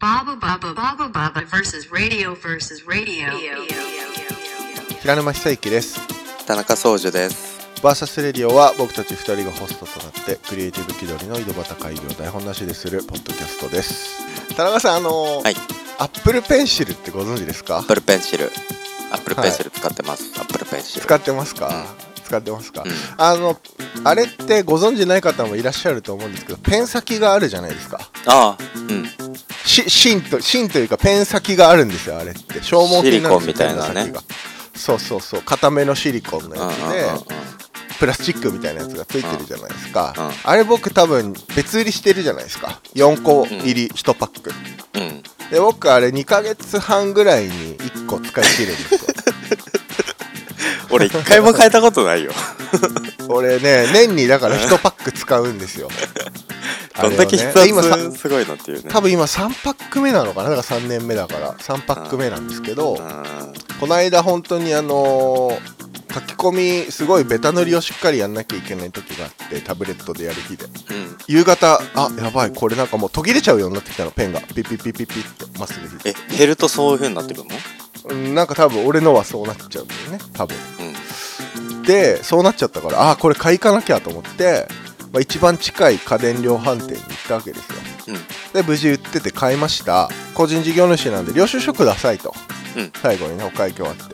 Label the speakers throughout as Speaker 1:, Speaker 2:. Speaker 1: Baba Baba Baba Baba versus radio versus radio.
Speaker 2: 平沼久之です
Speaker 3: 田中宗樹です。
Speaker 2: バーサスレディオは僕たち2人がホストとなってクリエイティブ気取りの井戸端会議を台本なしでするポッドキャストです田中さんあのー
Speaker 3: はい
Speaker 2: アップルペンシルってご存知ですか
Speaker 3: アップルペンシル。アップルペンシル使ってます。アップルペンシル。
Speaker 2: 使ってますか使ってますか、
Speaker 3: うん
Speaker 2: あのあれってご存知ない方もいらっしゃると思うんですけどペン先があるじゃないですか
Speaker 3: ああ、うん。
Speaker 2: し芯と芯というかペン先があるんですよあれって消耗品なんですよ
Speaker 3: シリコンみたいなね
Speaker 2: ペン先がそうそうそう固めのシリコンのやつで、プラスチックみたいなやつがついてるじゃないですか、
Speaker 3: うんうん
Speaker 2: あれ僕多分別売りしてるじゃないですか4個入り1パック、
Speaker 3: うんうんうん。うん。
Speaker 2: で僕あれ2ヶ月半ぐらいに1個使い切るんですよ
Speaker 3: 俺一回も変えたことないよ。
Speaker 2: 俺ね年にだから1パック使うんですよあれ をね
Speaker 3: どんだけ筆
Speaker 2: 今さ
Speaker 3: 圧すごいのっていうね。
Speaker 2: 多分今3パック目なのかなだから3年目だから3パック目なんですけど、
Speaker 3: うん。
Speaker 2: この間本当にあのー書き込みすごいベタ塗りをしっかりやんなきゃいけない時があってタブレットでやる日で
Speaker 3: うん。
Speaker 2: 夕方あやばいこれなんかもう途切れちゃうようになってきたのペンがピッピッピッピッピッってまっすぐ引いて
Speaker 3: え、減るとそういう風になってくるの
Speaker 2: うんなんか多分俺のはそうなっちゃうんだよね多分
Speaker 3: うん。
Speaker 2: でそうなっちゃったからあこれ買い行かなきゃと思って、まあ、一番近い家電量販店に行ったわけですよ
Speaker 3: うん。
Speaker 2: で無事売ってて買いました個人事業主なんで領収書くださいと
Speaker 3: うん。
Speaker 2: 最後にねお会計終わって、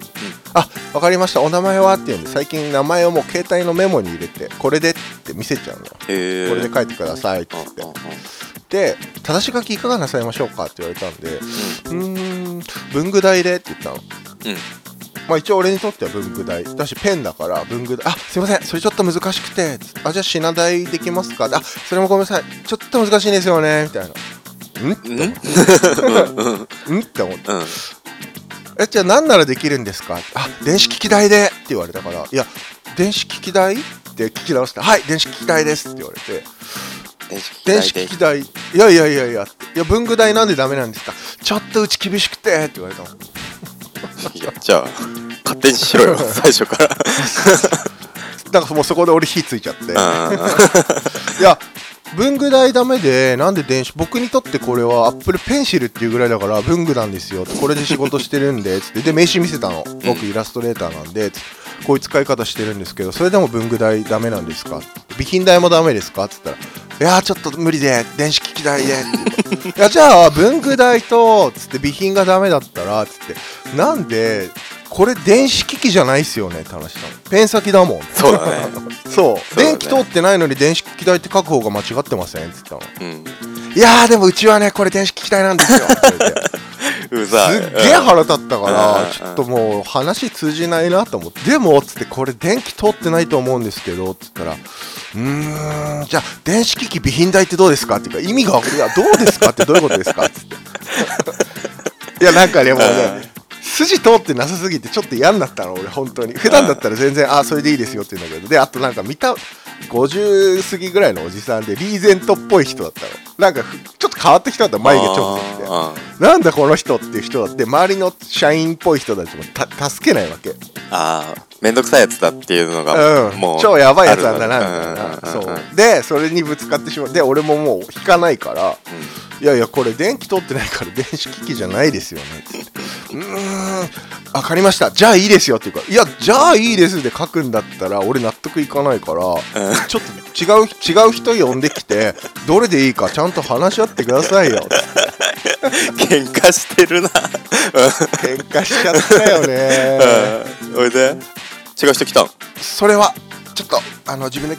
Speaker 2: あわかりましたお名前はっていうんで最近名前をもう携帯のメモに入れてこれでって見せちゃうのよ
Speaker 3: へえ。
Speaker 2: これで
Speaker 3: え
Speaker 2: 書いてくださいって
Speaker 3: う
Speaker 2: 言
Speaker 3: ん
Speaker 2: って
Speaker 3: うんうん
Speaker 2: で正し書きいかがなさいましょうかって言われたんでうーん文具代でって言ったの
Speaker 3: うん。
Speaker 2: まあ一応俺にとっては文具代だしペンだから文具代あすいませんそれちょっと難しくてあじゃあ品代できますかあそれもごめんなさいちょっと難しいんですよねみたいなんって思ってんって思って
Speaker 3: うん。うん。
Speaker 2: えじゃあ何ならできるんですかあ電子機器代でって言われたからいや電子機器代って聞き直してはい電子機器代ですって言われて
Speaker 3: 電子機器
Speaker 2: 電子機器代いやいやいやいやいや文具代なんでダメなんですかちょっとうち厳しくてって言われたの
Speaker 3: いや、じゃあ、勝手にしろよ、最 初から。
Speaker 2: だからもうそこで俺火ついちゃってい
Speaker 3: うん。
Speaker 2: や文具代ダメでなんで電子僕にとってこれはアップルペンシルっていうぐらいだから文具なんですよこれで仕事してるんでつってで名刺見せたの僕イラストレーターなんでつってこういう使い方してるんですけどそれでも文具代ダメなんですか備品代もダメですかっつったら「いやーちょっと無理で電子機器代で」って言うといやじゃあ文具代と」つって備品がダメだったらつってなんでこれ電子機器じゃないっすよねって話したのペン先だもん
Speaker 3: そうだね。
Speaker 2: そう
Speaker 3: うだね
Speaker 2: 電気通ってないのに電子機器代って書く方が間違ってませんっつったの
Speaker 3: うん。
Speaker 2: いやーでもうちはねこれ電子機器代なんですよ って言って
Speaker 3: うざい。
Speaker 2: すっげえ腹立ったから
Speaker 3: うん
Speaker 2: ちょっともう話通じないなと思ってでもっつってこれ電気通ってないと思うんですけどっつったらうーんじゃあ電子機器備品代ってどうですかっていうか意味がいやどうですかってどういうことですかっつっていやなんかねもうね筋通ってなさすぎてちょっと嫌になったの俺本当に普段だったら全然あそれでいいですよって言うんだけどであとなんか見た50過ぎぐらいのおじさんでリーゼントっぽい人だったのなんかふちょっと変わった人だったの眉毛ちょっとって
Speaker 3: あ
Speaker 2: なんだこの人っていう人だって周りの社員っぽい人たちもた助けないわけ
Speaker 3: ーあーめんどくさいやつだっていうのが、
Speaker 2: うん
Speaker 3: もう
Speaker 2: 超やばいやつなんだなみ
Speaker 3: あ
Speaker 2: たい
Speaker 3: るの
Speaker 2: な
Speaker 3: ねうんうんうんうん
Speaker 2: そうでそれにぶつかってしまうで俺ももう引かないからいやいやこれ電気通ってないから電子機器じゃないですよねつってうーん分かりましたじゃあいいですよっていうからいやじゃあいいですで書くんだったら俺納得いかないからちょっと違う違う人呼んできてどれでいいかちゃんと話し合ってくださいよって
Speaker 3: 喧嘩してるな
Speaker 2: 喧嘩しちゃったよね
Speaker 3: うんおいで違う人来たん
Speaker 2: それはちょっとあの自分で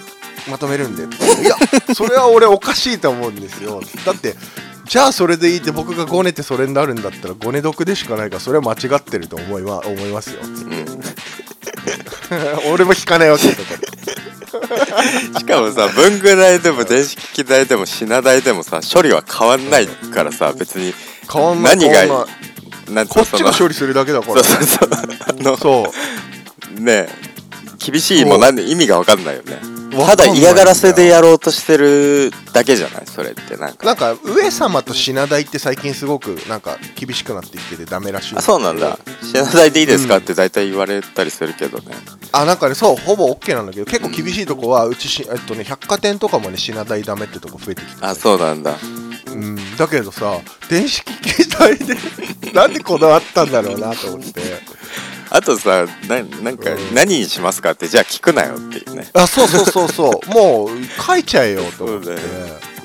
Speaker 2: まとめるんでいやそれは俺おかしいと思うんですよだってじゃあそれでいいって僕がごねてそれになるんだったらごね得でしかないからそれは間違ってると思い,、ま、思いますよ 俺も引かないわけだから
Speaker 3: しかもさ文具代でも電子機器代でも品代でもさ処理は変わんないからさ別に
Speaker 2: 変わんない
Speaker 3: 何が
Speaker 2: 変わんない
Speaker 3: なんつう
Speaker 2: こ
Speaker 3: の
Speaker 2: っち
Speaker 3: そ
Speaker 2: が
Speaker 3: の
Speaker 2: 処理するだけだか
Speaker 3: そう
Speaker 2: ら
Speaker 3: そうそうあの
Speaker 2: そう
Speaker 3: ね厳しいも何意味が分かんないよね
Speaker 2: わか
Speaker 3: た
Speaker 2: んない
Speaker 3: だ嫌がらせでやろうとしてるだけじゃないそれってなんか
Speaker 2: なんか上様と品代って最近すごくなんか厳しくなってきててダメらしい
Speaker 3: あそうなんだ品代でいいですか
Speaker 2: うん
Speaker 3: って大体言われたりするけどね
Speaker 2: あなんかねそうほぼ OK なんだけど結構厳しいとこはうちし、えっとね、百貨店とかもね品代ダメってとこ増えてきてて
Speaker 3: あそうなんだ
Speaker 2: うん、だけどさ電子機器代で なんでこだわったんだろうなと思って
Speaker 3: あとさななんか
Speaker 2: うん
Speaker 3: 何にしますかってじゃあ聞くなよっていうね
Speaker 2: あそうそうそう そうもう書いちゃえよと思って、
Speaker 3: そうだよ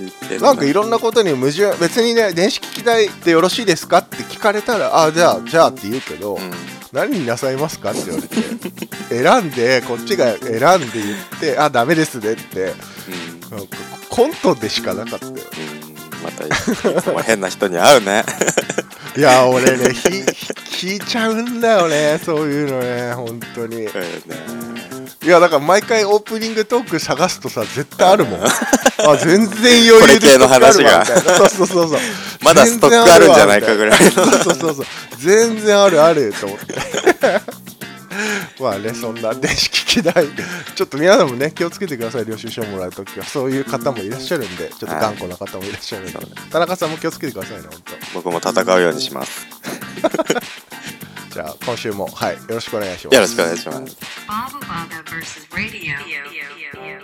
Speaker 3: 言ってる
Speaker 2: なんかいろんなことに矛盾別にね電子機器代でよろしいですかって聞かれたらあじゃあじゃあって言うけど、
Speaker 3: うん
Speaker 2: 何になさいますかって言われて選んでこっちが選んで言ってあダメですねって
Speaker 3: うん
Speaker 2: なんかコントでしかなかったよ
Speaker 3: うんまたいつも変な人に会うね
Speaker 2: いや俺ねひひ聞いちゃうんだよねそういうのね本当に
Speaker 3: そうよね
Speaker 2: いやだから毎回オープニングトーク探すとさ絶対あるもん あ全然余裕で
Speaker 3: これ系の話が
Speaker 2: ストックあるわみたいなそうそうそうそう
Speaker 3: まだストックあるんじゃないかぐらい
Speaker 2: そうそうそうそう全然あるあると思ってまあねそんな電子機器代ちょっと皆さんもね気をつけてください領収書もらうときはそういう方もいらっしゃるんでちょっと頑固な方もいらっしゃるんで、
Speaker 3: はい
Speaker 2: 田中さんも気をつけてくださいね本
Speaker 3: 僕も戦うようにします
Speaker 2: 当じゃあ今週もはいよろしくお願いします
Speaker 3: よろしくお願いします
Speaker 1: Baba Baba versus radio.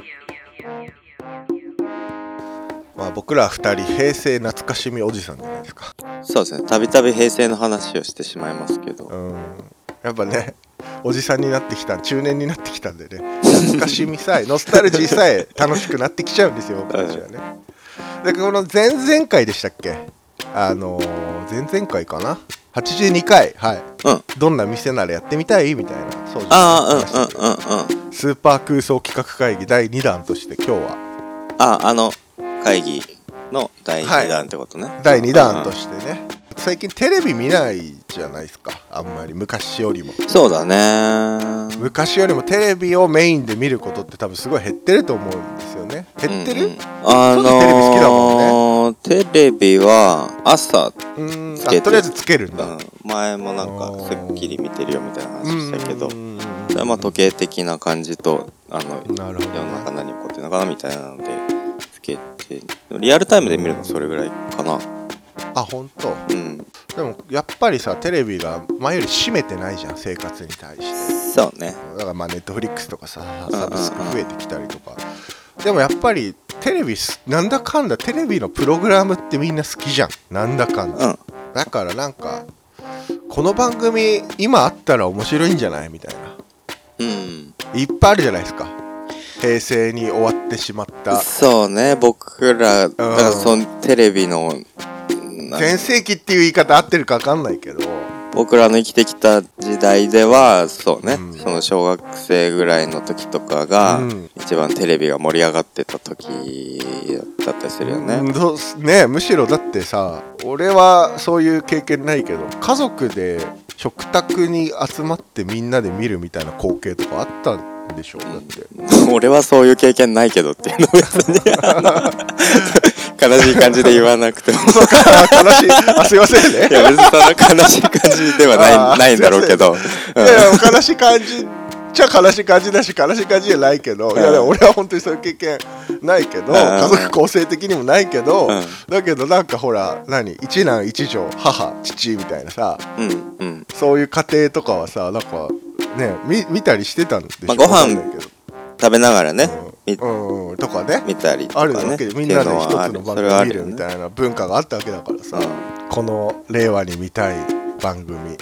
Speaker 2: まあ、僕ら二人平成懐かしみおじさんじゃないですか
Speaker 3: そうですねたびたび平成の話をしてしまいますけ
Speaker 2: う
Speaker 3: ど
Speaker 2: んやっぱねおじさんになってきた中年になってきたんでね懐かしみさえノスタルジーさえ楽しくなってきちゃうんですよ僕たちはねでこの前々回でしたっけあのー前々回かな82回はい
Speaker 3: うん
Speaker 2: どんな店ならやってみたいみたいなそうです
Speaker 3: あ
Speaker 2: 話してて
Speaker 3: あうんうんうんうん
Speaker 2: スーパー空想企画会議第2弾として今日は
Speaker 3: ああの会議の第2弾ってことね、
Speaker 2: 第2弾としてね最近テレビ見ないじゃないですかあんまり昔よりも
Speaker 3: そうだね
Speaker 2: 昔よりもテレビをメインで見ることって多分すごい減ってると思うんですよね減って
Speaker 3: うんう
Speaker 2: る
Speaker 3: んあの
Speaker 2: そうだテレビ好きだも
Speaker 3: ーテレビは朝、
Speaker 2: うんん
Speaker 3: けて
Speaker 2: あとりあえずつけるん
Speaker 3: う
Speaker 2: だ、
Speaker 3: ん、前もなん
Speaker 2: あ
Speaker 3: か
Speaker 2: ー
Speaker 3: 『スッキリ』見てるよみたいな話
Speaker 2: うん、
Speaker 3: したけど
Speaker 2: うん
Speaker 3: それはまあ時計的な感じとあの
Speaker 2: なるほどね
Speaker 3: 世の中何起こってるのかなみたいなのでつけてリアルタイムで見るのそれぐらいかな
Speaker 2: あ本当
Speaker 3: うん
Speaker 2: でもやっぱりさテレビが前より占めてないじゃん生活に対して
Speaker 3: そうね
Speaker 2: だからまあネットフリックスとかさ
Speaker 3: んうん
Speaker 2: サブスク増えてきたりとかでもやっぱりテレビすなんだかんだテレビのプログラムってみんな好きじゃんなんだかんだ、
Speaker 3: うん
Speaker 2: だからなんかこの番組今あったら面白いんじゃないみたいな
Speaker 3: うん
Speaker 2: いっぱいあるじゃないですか平成に終わってしまった
Speaker 3: そうね僕らだからそのテレビのなん
Speaker 2: 全盛期っていう言い方合ってるか分かんないけど
Speaker 3: 僕らの生きてきた時代ではそうね、
Speaker 2: うん
Speaker 3: その小学生ぐらいの時とかが、
Speaker 2: うん
Speaker 3: 一番テレビが盛り上がってた時だったりするよね、
Speaker 2: うんどうすねむしろだってさ俺はそういう経験ないけど家族で食卓に集まってみんなで見るみたいな光景とかあったんでしょだって
Speaker 3: 俺はそういう経験ないけどっていうの別に あの悲しい感じで言わなくても
Speaker 2: そうか悲しいあすいませんね
Speaker 3: いや別にそんな悲しい感じでは
Speaker 2: あ
Speaker 3: な
Speaker 2: ー
Speaker 3: いないんだろうけど、
Speaker 2: いやいや悲しい感じじゃ悲しい感じだし悲しい感じじゃないけど、いやでも俺は本当にそういう経験ないけど、
Speaker 3: ん
Speaker 2: 家族構成的にもないけど、
Speaker 3: うん
Speaker 2: だけどなんかほら何一男一女母父みたいなさ
Speaker 3: うん、うんうん
Speaker 2: そういう家庭とかはさなんかねみ見たりしてたんでしょ、
Speaker 3: まあご飯
Speaker 2: わかんないけど
Speaker 3: 食べながらね、み
Speaker 2: うん、うん、とかね
Speaker 3: 見たりと
Speaker 2: あ
Speaker 3: かね
Speaker 2: るわけでみんなで一つの
Speaker 3: っていうはあ
Speaker 2: 番組見るみ
Speaker 3: それは
Speaker 2: たいな文化があったわけだからさ、
Speaker 3: あるよね
Speaker 2: この令和に見たい番組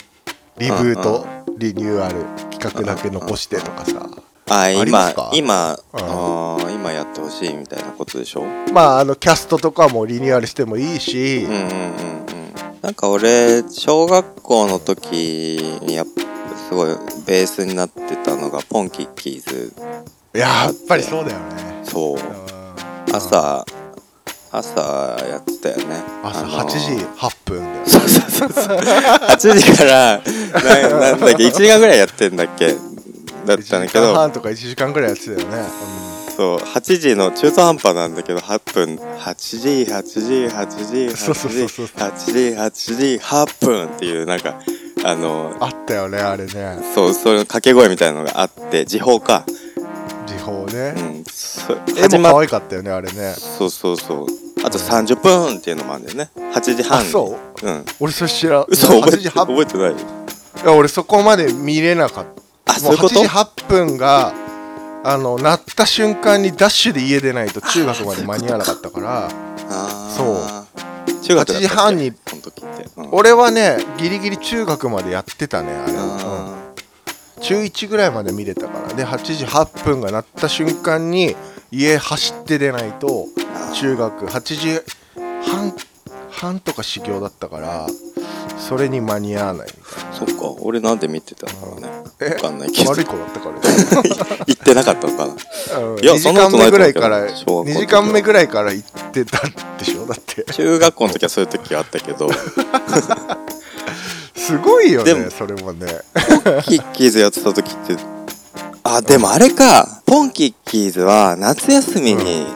Speaker 2: リブートリニューアル企画だけ残してとかさ
Speaker 3: うんあー
Speaker 2: ありま
Speaker 3: 今
Speaker 2: すか
Speaker 3: 今、あ
Speaker 2: うん
Speaker 3: ー今やってほしいみたいなことでしょ
Speaker 2: まああのキャストとかもリニューアルしてもいいし、
Speaker 3: うんうんうんうんなんか俺小学校の時にやっぱすごいベースになってたのがポンキッキーズ
Speaker 2: やっぱりそうだよね
Speaker 3: そう
Speaker 2: うん
Speaker 3: 朝朝やってたよね
Speaker 2: 朝
Speaker 3: あの
Speaker 2: 8時8分だよ
Speaker 3: そうそうそうそう8時からななんだっけ1時間ぐらいやってんだっけだっ
Speaker 2: 1
Speaker 3: たんだ
Speaker 2: 時
Speaker 3: け
Speaker 2: 間
Speaker 3: ど
Speaker 2: 半とか1時間ぐらいやってたよね、
Speaker 3: そう8時の中途半端なんだけど8分8時8時8時
Speaker 2: そうそうそうそう
Speaker 3: 8時8時8分っていうなんかあの
Speaker 2: うんあったよねあれね
Speaker 3: そう、そういう掛け声みたいなのがあって、時報か。
Speaker 2: 時報ね
Speaker 3: う、ん。そ
Speaker 2: 絵
Speaker 3: 始
Speaker 2: も
Speaker 3: ま
Speaker 2: 可
Speaker 3: っ
Speaker 2: 愛かったよねあれね
Speaker 3: そうそうそう。あと30分っていうのもあるんだよね。8時半。。
Speaker 2: あそう
Speaker 3: うん。
Speaker 2: 俺それ知らん
Speaker 3: 嘘覚
Speaker 2: 8
Speaker 3: え
Speaker 2: 時
Speaker 3: て
Speaker 2: 8
Speaker 3: 覚えてない。
Speaker 2: いや俺そこまで見れなかった
Speaker 3: あ、
Speaker 2: も
Speaker 3: そう
Speaker 2: う
Speaker 3: いうこ
Speaker 2: 8
Speaker 3: と
Speaker 2: 時8分があの鳴った瞬間にダッシュで家出ないと中学まで間に合わなかったから
Speaker 3: あー
Speaker 2: そ
Speaker 3: 中学だったっけ
Speaker 2: 8時半に
Speaker 3: その時って、うん、
Speaker 2: 俺はねギリギリ中学までやってたねあれは、
Speaker 3: あ
Speaker 2: うん、中1ぐらいまで見れたからで8時8分が鳴った瞬間に家走って出ないと
Speaker 3: ー
Speaker 2: 中学8時半半とか始業だったからそれに間に合わないみたいな
Speaker 3: ーそっか俺なんで見てたのかね
Speaker 2: え
Speaker 3: わかんないけど
Speaker 2: 悪い子だったから
Speaker 3: 行ってなかったのかな
Speaker 2: うん
Speaker 3: いや
Speaker 2: 2
Speaker 3: そ
Speaker 2: 時
Speaker 3: んなこ
Speaker 2: 間
Speaker 3: とな
Speaker 2: 目
Speaker 3: いと
Speaker 2: ぐら
Speaker 3: 思う
Speaker 2: い
Speaker 3: けど
Speaker 2: から
Speaker 3: 小学校の
Speaker 2: 2
Speaker 3: 時
Speaker 2: 時間目ぐらいから行ってたでしょだって
Speaker 3: 中学校の時はそういう時はあったけ ど
Speaker 2: すごいよ
Speaker 3: で
Speaker 2: ね
Speaker 3: も
Speaker 2: それもね
Speaker 3: キッキーズやってた時ってあでもあれかポンキッキーズは夏休みに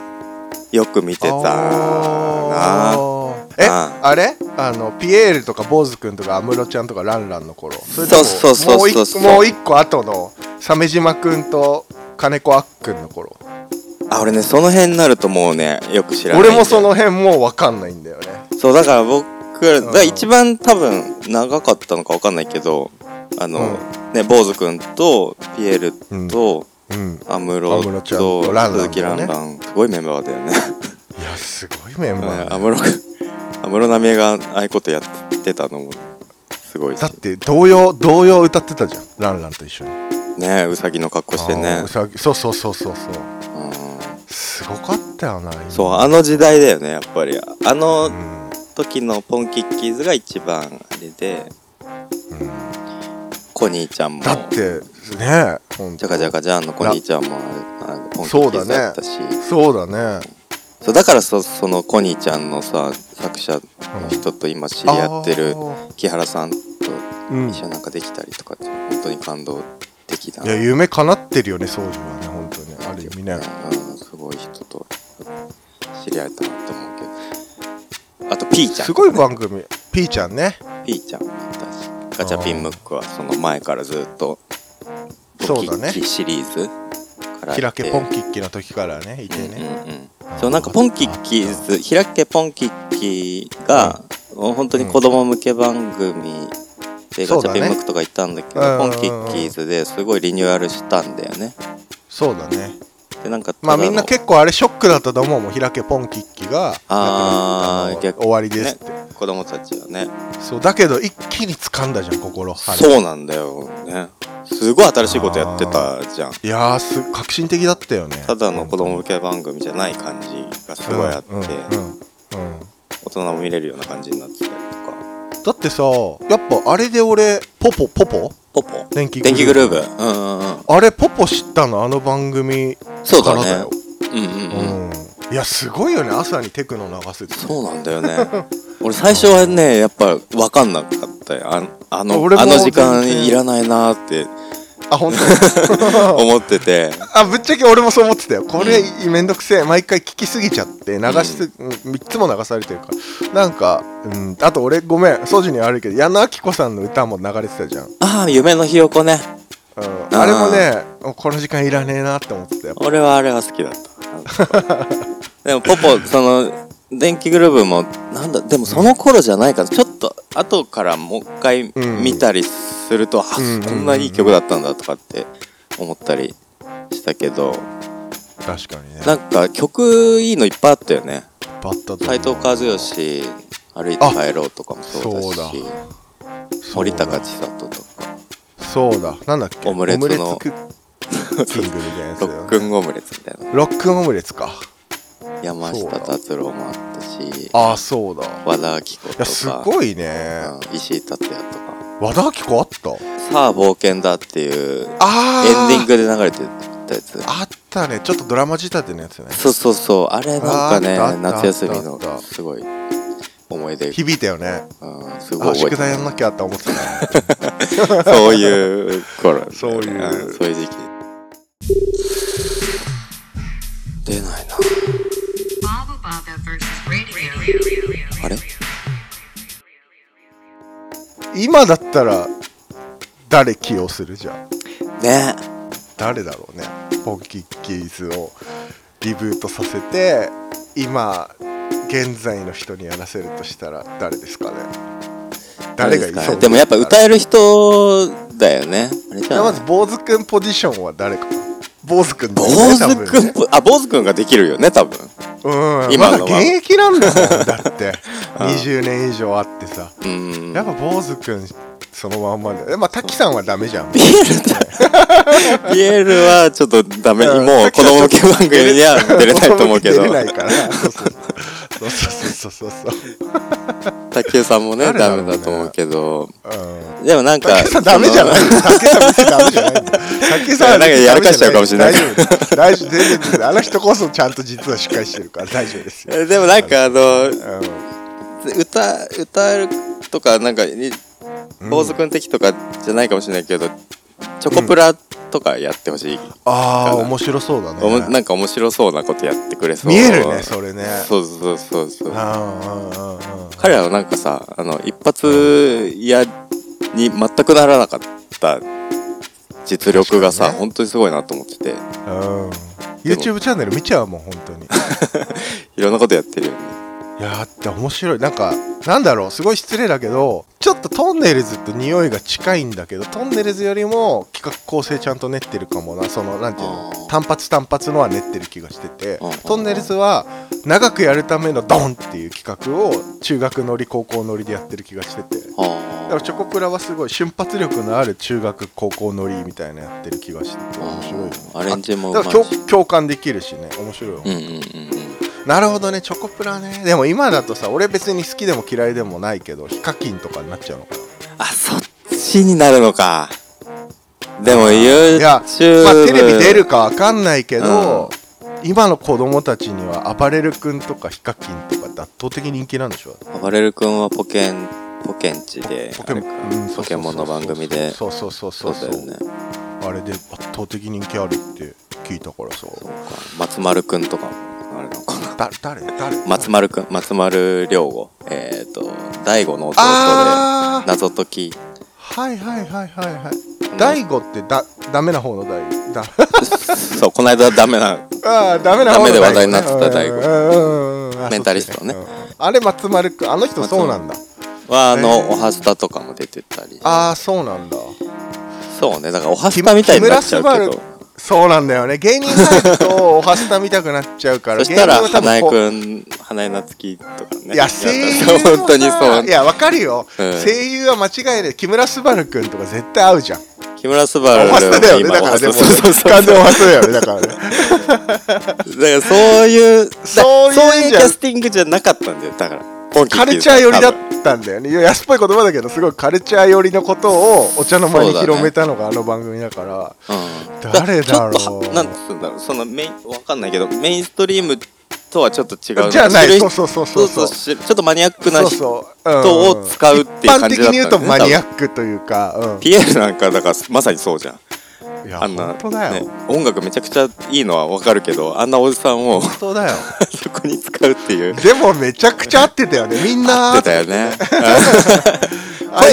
Speaker 3: よく見てたな、
Speaker 2: あーえ
Speaker 3: あ
Speaker 2: あれあのピエールとか坊主くんとか安室ちゃんとかランランの頃それとも
Speaker 3: そうそうそうそうそう
Speaker 2: もう一個もう一個後の鮫島くんと金子あっくんの頃
Speaker 3: あ俺ねその辺になるともうねよく知らないん
Speaker 2: 俺
Speaker 3: だよ
Speaker 2: もその辺もう分かんないんだよね
Speaker 3: そうだから僕らだから
Speaker 2: うん
Speaker 3: 一番多分長かったのか分かんないけどあの、ね坊主くんとピエールと
Speaker 2: うん
Speaker 3: 安室
Speaker 2: 安室ちゃん
Speaker 3: と
Speaker 2: とランランだね
Speaker 3: 鈴木ランランすごいメンバーだよね
Speaker 2: いやすごいメンバ ー
Speaker 3: 安室くん安室奈美恵がああいうことやってたのもすごいし
Speaker 2: だって童謡童謡歌ってたじゃんランランと一緒に
Speaker 3: ねうさぎの格好して
Speaker 2: あ
Speaker 3: ね
Speaker 2: ーうさぎそうそうそうそうそう
Speaker 3: うん
Speaker 2: すごかったよな今
Speaker 3: そうあの時代だよねやっぱりあの
Speaker 2: うん
Speaker 3: 時のポンキッキーズが一番あれで
Speaker 2: うん
Speaker 3: コニーちゃんも
Speaker 2: だってねほんと
Speaker 3: ジャカジャカジャンのコニーちゃんもあれあのポンキッキーズだったしそうだ,、
Speaker 2: そうだね
Speaker 3: からそそのコニーちゃんのさ作者の人と今知り合ってる
Speaker 2: あー
Speaker 3: 木原さんと
Speaker 2: うん
Speaker 3: 一緒になんかできたりとかって本当に感動的だ
Speaker 2: いや
Speaker 3: な
Speaker 2: 夢叶ってるよね宗樹はね本当にある意味ね
Speaker 3: うん、すごい人と知り合えたなと思うけどあとピーちゃん
Speaker 2: すごい番組ピーちゃんね
Speaker 3: ピーちゃんもいたしガチャピンムックはその前からずっと
Speaker 2: そうだね
Speaker 3: ポキッキシリーズから
Speaker 2: キラケポンキッキの時からねいて
Speaker 3: うん
Speaker 2: ね
Speaker 3: うんうんそうなんかポンキッキーズひらけポンキッキーが、もう本当に子供向け番組で
Speaker 2: そ
Speaker 3: ガ
Speaker 2: う
Speaker 3: チャ
Speaker 2: だ
Speaker 3: ピ
Speaker 2: ね
Speaker 3: ンムックとか行ったんだけど
Speaker 2: うんうん
Speaker 3: ポ
Speaker 2: うん
Speaker 3: ンキッキーズですごいリニューアルしたんだよね
Speaker 2: そうだね
Speaker 3: でなんかた
Speaker 2: ま
Speaker 3: だ
Speaker 2: あ
Speaker 3: の
Speaker 2: みんな結構あれショックだったと思うもん開けポンキッキが
Speaker 3: あー
Speaker 2: なんか
Speaker 3: 逆
Speaker 2: 終わりですって、
Speaker 3: 子供たちはね
Speaker 2: そうだけど一気に掴んだじゃん心う
Speaker 3: そうなんだよねすごい新しいことやってたじゃん
Speaker 2: いやーす革新的だったよね
Speaker 3: ただの子供向け番組じゃない感じがすごいあって、
Speaker 2: うんうんうんうん
Speaker 3: 大人も見れるような感じになってたりと
Speaker 2: だ
Speaker 3: か
Speaker 2: ってさやっぱあれで俺ポポポポ
Speaker 3: ポポ
Speaker 2: 電気
Speaker 3: 電気グルーブうんうんうん
Speaker 2: あれポポ知ったのあの番組
Speaker 3: そう
Speaker 2: から
Speaker 3: だ
Speaker 2: だ
Speaker 3: ね
Speaker 2: よ
Speaker 3: うんうんうん
Speaker 2: うんいやすごいよね朝にテクノ流すって
Speaker 3: そうなんだよね 俺最初はねやっぱ分かんなかったよあのあの
Speaker 2: 俺も
Speaker 3: あの時間
Speaker 2: 全然
Speaker 3: いらないなーって
Speaker 2: あ本当
Speaker 3: 思っ てて
Speaker 2: あぶっちゃけ俺もそう思ってたよこれめんどくせえ毎回聞きすぎちゃって流しす、3つも流されてるからなんか、うん、あと俺ごめんソジに悪いけど矢野明子さんの歌も流れてたじゃん、うん、
Speaker 3: ああ夢のひよこね
Speaker 2: あれもねもうこの時間いらねえなって思ってたよ
Speaker 3: 俺はあれは好きだった でもポポその電気グルーブもなんだでもその頃じゃないからちょっと後からもう一回
Speaker 2: うん
Speaker 3: 見たりすると、あ
Speaker 2: うん
Speaker 3: こんないい曲だったんだとかって思ったりしたけど
Speaker 2: 確かにね
Speaker 3: なんか曲いいのいっぱいあったよね
Speaker 2: バッタと
Speaker 3: 斎藤和義歩いて帰ろうとかもそうだ
Speaker 2: あ
Speaker 3: し
Speaker 2: そう
Speaker 3: 森高千里とか
Speaker 2: そうだなんだっけ
Speaker 3: オムレツの
Speaker 2: オムレツク ッキングみたいなやつ
Speaker 3: ロ
Speaker 2: だ
Speaker 3: ッ
Speaker 2: よ
Speaker 3: クンオムレツみたいな
Speaker 2: ロックンオムレツか
Speaker 3: 山
Speaker 2: そう
Speaker 3: 下
Speaker 2: だ
Speaker 3: 達郎もあったし
Speaker 2: ああそうだい
Speaker 3: 和田アキ子とか
Speaker 2: やすごいね
Speaker 3: うん石井達也とか
Speaker 2: 和田アキ子あった
Speaker 3: さあ冒険だっていうエン
Speaker 2: あー
Speaker 3: ディングで流れてたやつ
Speaker 2: あったねちょっとドラマ仕立てのや つね
Speaker 3: そうそうそうあれなんかね
Speaker 2: あーあったあった
Speaker 3: 夏休み
Speaker 2: あったあ
Speaker 3: の
Speaker 2: った
Speaker 3: すごい思い出
Speaker 2: 響いたよね
Speaker 3: うんすご
Speaker 2: あ
Speaker 3: い覚え
Speaker 2: 宿
Speaker 3: て
Speaker 2: 題や
Speaker 3: る
Speaker 2: んなきゃって思ってたね
Speaker 3: そういう頃
Speaker 2: そういう
Speaker 3: うんそういう時期出ないな
Speaker 1: Baba Baba versus radio.
Speaker 3: あれ
Speaker 2: 今だったら誰起用するじゃん
Speaker 3: ね
Speaker 2: 誰だろうねポンキッキーズをリブートさせて今現在の人にやらせるとしたら誰ですかね誰がい
Speaker 3: です
Speaker 2: そ
Speaker 3: か
Speaker 2: う
Speaker 3: ねでもやっぱ歌える人だよねあれじ
Speaker 2: じ
Speaker 3: ゃ
Speaker 2: ゃあま
Speaker 3: あ
Speaker 2: ず坊主くんポジションは誰かな坊主くんだ
Speaker 3: 坊
Speaker 2: よね
Speaker 3: 主くんぽあ坊主くんができるよね多分
Speaker 2: 多分ねうん
Speaker 3: 今
Speaker 2: 今
Speaker 3: の
Speaker 2: ま
Speaker 3: は
Speaker 2: だ現役なんだもんだって20年以上あってさ
Speaker 3: うん
Speaker 2: やっぱ坊主くんそのまんまでえまあ滝さんはダメじゃん
Speaker 3: ピエールだピエールはちょっとダメ
Speaker 2: うん
Speaker 3: もう子供向け番組には 出れないと思うけど
Speaker 2: 出れないからそうそうそうそうそうそうそう
Speaker 3: 卓球さんもね
Speaker 2: 誰だ
Speaker 3: ダ
Speaker 2: ろう
Speaker 3: メ
Speaker 2: ね
Speaker 3: だと思うけど
Speaker 2: うん
Speaker 3: でもなんか
Speaker 2: 竹さんダメじゃない
Speaker 3: その
Speaker 2: 竹さん別にダメじゃない竹さんは別に
Speaker 3: いやなんかやらかしちゃうかもしれない
Speaker 2: 大丈夫大丈夫全然全然あの人こそちゃんと実はしっかりしてるから大丈夫ですよ、
Speaker 3: えでもなんかあの
Speaker 2: う
Speaker 3: 歌歌えるとかなんかい
Speaker 2: ん、
Speaker 3: 坊主くん的とかじゃないかもしれないけどチョコプラとかやってほしい、
Speaker 2: ああ面白そうだね
Speaker 3: おもなんか面白そうなことやってくれそう
Speaker 2: 見えるねそれね
Speaker 3: そうそうそうそう
Speaker 2: うんうんうんうん
Speaker 3: 彼らはなんかさあの一発やに全くならなかった実力がさ、
Speaker 2: 確かにね
Speaker 3: 本当にすごいなと思ってて
Speaker 2: うん YouTube チャンネル見ちゃうもん本当にい
Speaker 3: いろんなことやってるよね
Speaker 2: やーって面白いなんかなんだろうすごい失礼だけどちょっとトンネルズと匂いが近いんだけどトンネルズよりも企画構成ちゃんと練ってるかもなそのなんていうの
Speaker 3: あー
Speaker 2: 単発単発のは練ってる気がしてて
Speaker 3: うんうん
Speaker 2: トンネルズは長くやるためのドンっていう企画を中学乗り高校乗りでやってる気がしててだからチョコプラはすごい瞬発力のある中学高校乗りみたいなやってる気がしてて面白いよね
Speaker 3: アレンジもうま
Speaker 2: だ
Speaker 3: い
Speaker 2: から共
Speaker 3: し
Speaker 2: 共感できるしね面白いよ、
Speaker 3: うんうんうんうん
Speaker 2: なるほどねチョコプラねでも今だとさ俺別に好きでも嫌いでもないけどヒカキンとかになっちゃうのか
Speaker 3: あそっちになるのかでも
Speaker 2: い
Speaker 3: YouTube
Speaker 2: や、まあ、テレビ出るかわかんないけど、今の子供たちには暴れる君とかヒカキンとかって圧倒的人気なんでしょ
Speaker 3: あばれる君はポケンポケンチで
Speaker 2: ポケモン
Speaker 3: あれか
Speaker 2: うんそうそうそう
Speaker 3: ポケモンの番組で
Speaker 2: そうそうそうそ
Speaker 3: そううだよね
Speaker 2: あれで圧倒的人気あるって聞いたからさ
Speaker 3: そうか松丸君とかもあれなのかな
Speaker 2: だ誰誰
Speaker 3: 松丸くん、松丸亮吾、えっ、ー、と、大悟の弟で、
Speaker 2: ああ
Speaker 3: 謎解き。
Speaker 2: はいはいはいはいはい大悟ってだダメな方の大悟だ
Speaker 3: そう、この間ダメな、
Speaker 2: ああダメな方
Speaker 3: ダメで
Speaker 2: の
Speaker 3: 話題
Speaker 2: 大
Speaker 3: になってた大悟
Speaker 2: 悟
Speaker 3: メンタリストね
Speaker 2: あれ松丸くんあの人そうなんだ
Speaker 3: は、あの、
Speaker 2: えー
Speaker 3: おはスタとかも出てたり。
Speaker 2: ああそうなんだ
Speaker 3: そうね、だからおはスタみたいになっちゃう
Speaker 2: 木
Speaker 3: け
Speaker 2: 村
Speaker 3: ど
Speaker 2: 昴。そうなんだよね芸人入るとおはスタ見たくなっちゃうから
Speaker 3: そしたら、
Speaker 2: 芸人は多
Speaker 3: 花江
Speaker 2: 分こう
Speaker 3: くん、花江夏樹とかね。
Speaker 2: いや声優
Speaker 3: やった
Speaker 2: は
Speaker 3: 本当にそう
Speaker 2: い。やわかるよ、
Speaker 3: うん
Speaker 2: 声優は間違いない木村昴くんとか絶対合うじゃん
Speaker 3: 木村昴
Speaker 2: おはスタだよねだからで
Speaker 3: そう
Speaker 2: も
Speaker 3: そうそう。
Speaker 2: 完全おはスタだよねだからね
Speaker 3: だからそういう、だ
Speaker 2: そういうんじゃ
Speaker 3: そういうキャスティングじゃなかったんだよ、だから。ポンキッキ
Speaker 2: カ
Speaker 3: ー
Speaker 2: ルチャー寄りだったんだよねいや安っぽい言葉だけどすごいカルチャー寄りのことをお茶の間に広めたのがあの番組だから
Speaker 3: うん
Speaker 2: 誰だろう
Speaker 3: ちょっとはなんつうんだろうそのメインわかんないけどメインストリームとはちょっと違う
Speaker 2: じゃあない
Speaker 3: 知る
Speaker 2: そうそうそうそう
Speaker 3: そうそう知るちょっとマニアックな
Speaker 2: そう
Speaker 3: 人
Speaker 2: そううん
Speaker 3: 人を使うっていう感じだったんだね
Speaker 2: 一般的に言うとマニアックというか、う
Speaker 3: ピエールなんかだからまさにそうじゃん
Speaker 2: ん、いや
Speaker 3: あんな、
Speaker 2: 本当だよ、
Speaker 3: ね、音楽めちゃくちゃいいのはわかるけどあんなおじさんを
Speaker 2: 本当だよ
Speaker 3: そこに使うっていう
Speaker 2: でもめちゃくちゃ合ってたよねみんな
Speaker 3: 合ってたよね
Speaker 2: ああいう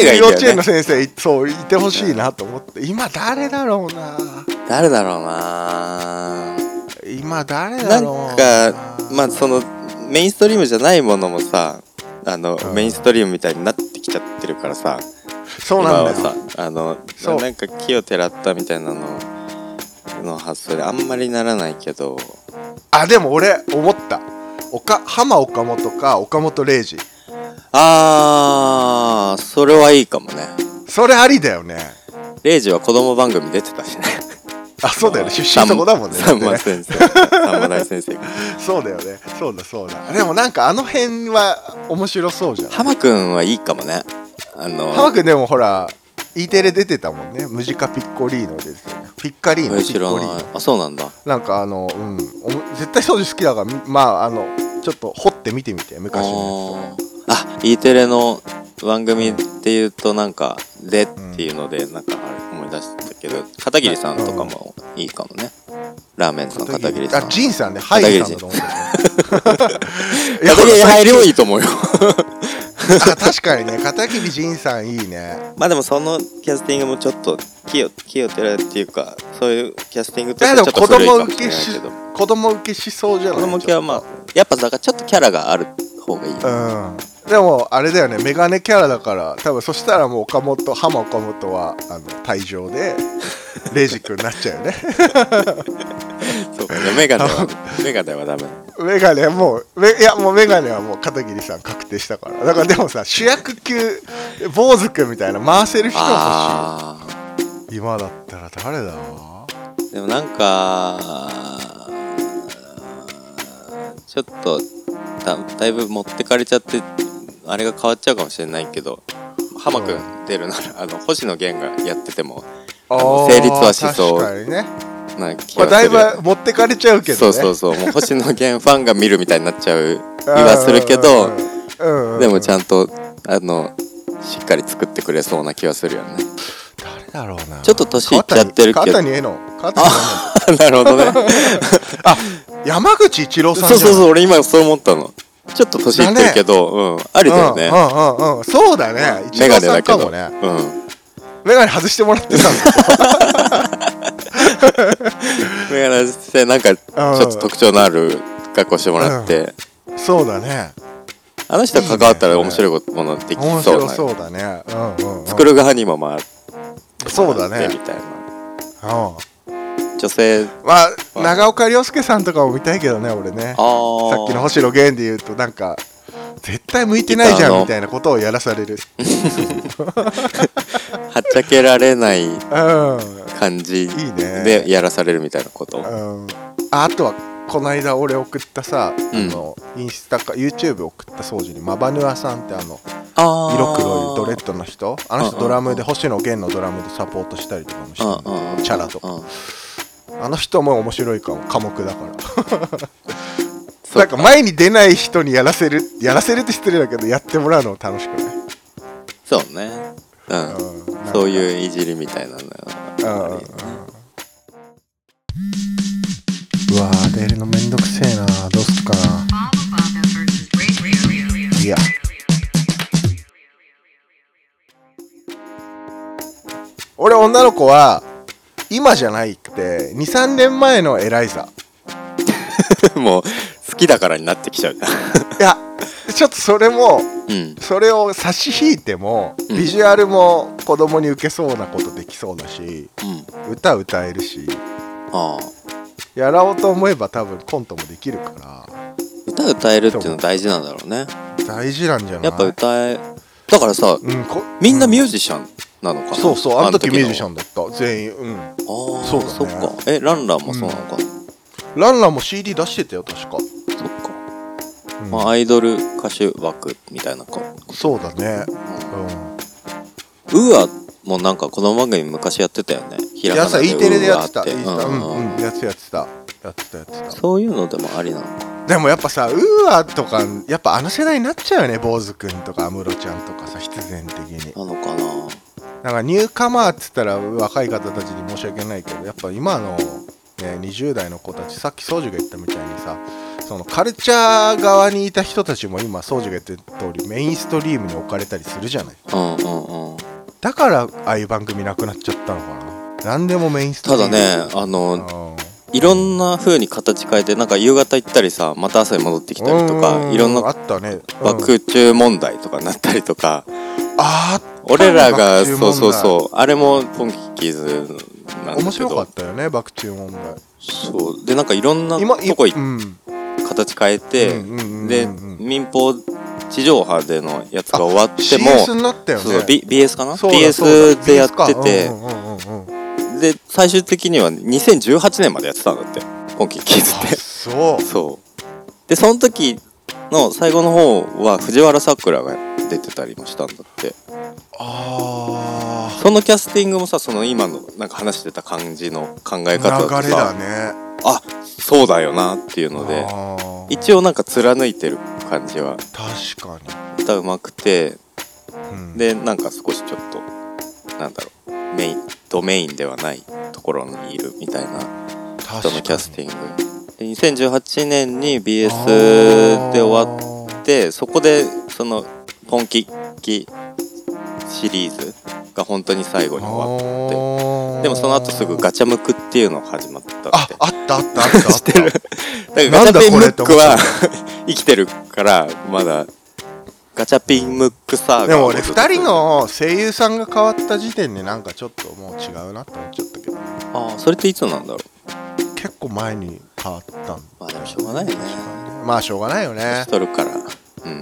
Speaker 3: 声がいいんだよね
Speaker 2: 幼稚園の先生いそういてほしいなと思って今誰だろうな
Speaker 3: 誰だろうな
Speaker 2: 今誰
Speaker 3: な
Speaker 2: だろうん
Speaker 3: かまあそのメインストリームじゃないものもさあの、
Speaker 2: うん
Speaker 3: メインストリームみたいになってきちゃってるからさ
Speaker 2: そうなんだよ
Speaker 3: 今はさあの
Speaker 2: そう
Speaker 3: なんか木をてらったみたいなのの発想であんまりならないけど
Speaker 2: あでも俺思った岡浜岡本か岡本零士
Speaker 3: あーそれはいいかもね
Speaker 2: それありだよね
Speaker 3: レイジは子供番組出てたしね
Speaker 2: あそうだよね出身そこだもんね
Speaker 3: さん
Speaker 2: だっ
Speaker 3: ま
Speaker 2: てね
Speaker 3: 先生さんま大先生が
Speaker 2: そうだよねそうだそうだでもなんかあの辺は面白そうじゃん
Speaker 3: 浜くんはいいかもねあの
Speaker 2: 浜君でもほら E テレ出てたもんねムジカピッコリーノですよねピッカリーノ
Speaker 3: え
Speaker 2: ピ
Speaker 3: 知ら
Speaker 2: ッコリー
Speaker 3: ない
Speaker 2: ノ
Speaker 3: あそうなんだ
Speaker 2: なんかあのうんおも絶対当時好きだからみまああのちょっと掘って見てみて昔のやつを
Speaker 3: あーあ E テレの番組っていうとなんか「で」っていうのでなんかあれ思い出したけど片桐さんとかもいいかもねラーメンズの片桐さん
Speaker 2: あジンさんねハイジさんだと思って たい
Speaker 3: いや
Speaker 2: や
Speaker 3: いや入りもい
Speaker 2: い
Speaker 3: いと思うよ
Speaker 2: 確かにね片桐仁さんいいね
Speaker 3: まあでもそのキャスティングもちょっと清を木を照らっていうかそういうキャスティングと
Speaker 2: い
Speaker 3: し
Speaker 2: や
Speaker 3: て
Speaker 2: で
Speaker 3: はちょ
Speaker 2: も
Speaker 3: っ
Speaker 2: 子
Speaker 3: と古い
Speaker 2: 供
Speaker 3: かも
Speaker 2: 受
Speaker 3: しれ
Speaker 2: け
Speaker 3: ない
Speaker 2: し
Speaker 3: けど
Speaker 2: 子供受けしそうじゃな
Speaker 3: 子
Speaker 2: い
Speaker 3: 供系はまあやっぱだからちょっとキャラがある方がいい、
Speaker 2: うんでもあれだよねメガネキャラだから多分そしたらもう岡本浜岡本 はあの退場でレイジ君になっちゃうよね
Speaker 3: そうそうかじゃあメガネはメガネはダメ
Speaker 2: メガネはもうめいやもうメガネはもう片桐さん確定したからだからでもさ主役級坊主くんみたいな回せる人が
Speaker 3: ああ
Speaker 2: 欲しい今だったら誰だろ
Speaker 3: ーでもなんかちょっとだだいぶ持ってかれちゃってあれが変わっちゃうかもしれないけど浜くん出るならあの星野源がやってても
Speaker 2: う
Speaker 3: の成立はしそう
Speaker 2: あー確かにね
Speaker 3: なんか気
Speaker 2: まあ
Speaker 3: は
Speaker 2: だ
Speaker 3: す
Speaker 2: いぶ
Speaker 3: る、
Speaker 2: 持ってかれちゃうけどね
Speaker 3: そうそうそうもう星野源ファンが見るみたいになっち ゃう気はするけど
Speaker 2: ど
Speaker 3: でもち
Speaker 2: ゃん
Speaker 3: ゃんとあのしっかり作ってくれそうな気はするよね
Speaker 2: 誰だろうな
Speaker 3: ちょっと年いっちゃってるけど
Speaker 2: 川谷絵の川谷絵の
Speaker 3: なるほどね
Speaker 2: 山口一郎さん
Speaker 3: そうそう
Speaker 2: う
Speaker 3: そう俺今そう思ったのちょっと年いってるけど、うんありだよね、
Speaker 2: うんうんうんそうだね一
Speaker 3: メ
Speaker 2: 郎
Speaker 3: ガネ
Speaker 2: さん
Speaker 3: だけ
Speaker 2: か
Speaker 3: ど
Speaker 2: もね
Speaker 3: うん、
Speaker 2: メガネ外してもらってたんだ
Speaker 3: メガネしてなんかちょっと特徴のある格好してもらって、
Speaker 2: そうだね
Speaker 3: あの人関わったら面白いものでき
Speaker 2: 面
Speaker 3: そ
Speaker 2: 白
Speaker 3: うな
Speaker 2: そうだねうんうん、うん、
Speaker 3: 作る側にも回って
Speaker 2: そうだね
Speaker 3: みたいな
Speaker 2: うんま
Speaker 3: 女性あ
Speaker 2: あ長岡亮介さんとかも見たいけどね俺ね
Speaker 3: あ
Speaker 2: さっきの星野源で言うとなんか絶対向いてないじ
Speaker 3: ギター
Speaker 2: ゃん
Speaker 3: の
Speaker 2: みたいなことをやらされる
Speaker 3: はっちゃけられない
Speaker 2: うん
Speaker 3: 感
Speaker 2: い
Speaker 3: じ
Speaker 2: いね
Speaker 3: でやらされるみたいなこと
Speaker 2: うん、ああとはこの間俺送ったさ、
Speaker 3: うん
Speaker 2: あのインスタか YouTube 送った掃除にマバヌアさんってあの
Speaker 3: あー
Speaker 2: 色黒いドレッドの人あの人
Speaker 3: うんうんう
Speaker 2: ド
Speaker 3: ん
Speaker 2: ラムで星野源のドラムでサポートしたりとかもしてる
Speaker 3: うんうんうん
Speaker 2: チャラと
Speaker 3: うん
Speaker 2: あの人も面白いかも科目だから
Speaker 3: そ
Speaker 2: な
Speaker 3: うん
Speaker 2: か前に出ない人にやらせるやらせるって失礼だけどやってもらうのも楽しくない、
Speaker 3: そうねうん
Speaker 2: うんなんか
Speaker 3: そういういじりみたいなのよ
Speaker 2: うんうんうんうわー出るのめんどくせえなどうすっかな
Speaker 1: Baba Baba versus Radio.
Speaker 2: Yeah.俺女の子は今じゃないって23年前の偉いさ
Speaker 3: もう好きだからになって きちゃうじゃん
Speaker 2: いやちょっとそれも
Speaker 3: うん
Speaker 2: それを差し引いても
Speaker 3: うん
Speaker 2: ビジュアルも子供に受けそうなことできそうだし
Speaker 3: うん
Speaker 2: 歌歌えるし
Speaker 3: ああ
Speaker 2: やろうと思えば多分コントもできるから
Speaker 3: 歌歌えるっていうの大事なんだろうね
Speaker 2: 大事なんじゃない
Speaker 3: やっぱ歌えだからさ
Speaker 2: うんこ
Speaker 3: みんなミュ
Speaker 2: ュ
Speaker 3: ージシャンなのかな
Speaker 2: そうそうあの時ミュージシャ
Speaker 3: ン
Speaker 2: ンだった全員うん
Speaker 3: あの時
Speaker 2: そ
Speaker 3: の
Speaker 2: う
Speaker 3: あ
Speaker 2: だ
Speaker 3: ー
Speaker 2: ね
Speaker 3: そっかえランランもそうなのか
Speaker 2: ランランも CD 出してたよ確か、
Speaker 3: そっか
Speaker 2: うん
Speaker 3: まあアイドル歌手枠みたいなか
Speaker 2: そうだね
Speaker 3: う
Speaker 2: うん
Speaker 3: んウーアもなんかこの番組昔やってたよねひら
Speaker 2: や
Speaker 3: が
Speaker 2: つは
Speaker 3: な
Speaker 2: E テレでやってた
Speaker 3: ウーア
Speaker 2: イース
Speaker 3: っ
Speaker 2: ター
Speaker 3: うん
Speaker 2: うんうんやってたやってたやってたやってた
Speaker 3: そういうのでもありなのか
Speaker 2: でもやっぱさウーアとかやっぱあの世代になっちゃうよね坊主くんとか安室ちゃんとかさ必然的に
Speaker 3: なのか
Speaker 2: な
Speaker 3: な
Speaker 2: んかニューカマーっつったら若い方たちに申し訳ないけどやっぱ今の、ね、20代の子たちさっき宗樹が言ったみたいにさそのカルチャー側にいた人たちも今宗樹が言ってる通りメインストリームに置かれたりするじゃない
Speaker 3: うんうんうん
Speaker 2: だからああいう番組なくなっちゃったのかな何でもメインスト
Speaker 3: た
Speaker 2: リーム
Speaker 3: だねあ
Speaker 2: う
Speaker 3: の
Speaker 2: ん
Speaker 3: いろんな風に形変えてなんか夕方行ったりさまた朝に戻ってきたりと
Speaker 2: う
Speaker 3: かいろん
Speaker 2: あ
Speaker 3: な
Speaker 2: ったね、うん
Speaker 3: 空中問題とかになったりとか
Speaker 2: あーあったね
Speaker 3: 俺らが
Speaker 2: 爆注
Speaker 3: そう
Speaker 2: 問題
Speaker 3: そうそうあれもポンキッキーズな
Speaker 2: 面
Speaker 3: んだけ
Speaker 2: 白か
Speaker 3: ど
Speaker 2: ったよね爆注問題
Speaker 3: そうでなんかいろんな
Speaker 2: 今
Speaker 3: とこ
Speaker 2: う
Speaker 3: い
Speaker 2: ん
Speaker 3: 形変えて
Speaker 2: うんうんうんうん
Speaker 3: で民放地上波でのやつが終わっても
Speaker 2: CS になったよね
Speaker 3: そうそう B- BS かな
Speaker 2: そうだそうだ
Speaker 3: BS でやって
Speaker 2: BS か
Speaker 3: て
Speaker 2: うんうんうんうん
Speaker 3: で最終的には2018年までやってたんだってポンキッキーズって
Speaker 2: あそう
Speaker 3: そうでその時の最後の方は藤原さくらが出てたりもしたんだって
Speaker 2: あ
Speaker 3: そのキャスティングもさその今のなんか話してた感じの考え方
Speaker 2: ー
Speaker 3: だと
Speaker 2: 流れだ
Speaker 3: さ
Speaker 2: ね
Speaker 3: あそうだよなっていうので
Speaker 2: あー
Speaker 3: 一応なんか貫いてる感じは
Speaker 2: 確か
Speaker 3: 歌うまくて
Speaker 2: に、うん、
Speaker 3: でなんか少しちょっとなんだろうメインドメインではないところにいるみたいな
Speaker 2: 確か
Speaker 3: 人の
Speaker 2: に
Speaker 3: キャスティングで2018年に BS で終わっ
Speaker 2: わ
Speaker 3: でそこでそのポンキッキシリーズが本当に最後に終わってでもその後すぐガチャムクっていうのが始まったってだ
Speaker 2: あ
Speaker 3: か
Speaker 2: あったあったあ ったあっ
Speaker 3: 知ってる
Speaker 2: た
Speaker 3: らガチャピンムッ
Speaker 2: な
Speaker 3: クは
Speaker 2: ん だ
Speaker 3: 生きてるからまだガチャピンムックサーガー
Speaker 2: でも俺2人の声優さんが変わった時点でなんかちょっともう違うなって思っちゃったけどね
Speaker 3: ああそれっていつなんだろ
Speaker 2: 結構前に変わったん
Speaker 3: まあでもしょうがないよね
Speaker 2: まあしょうがないよね
Speaker 3: しとるから、う、
Speaker 2: うんん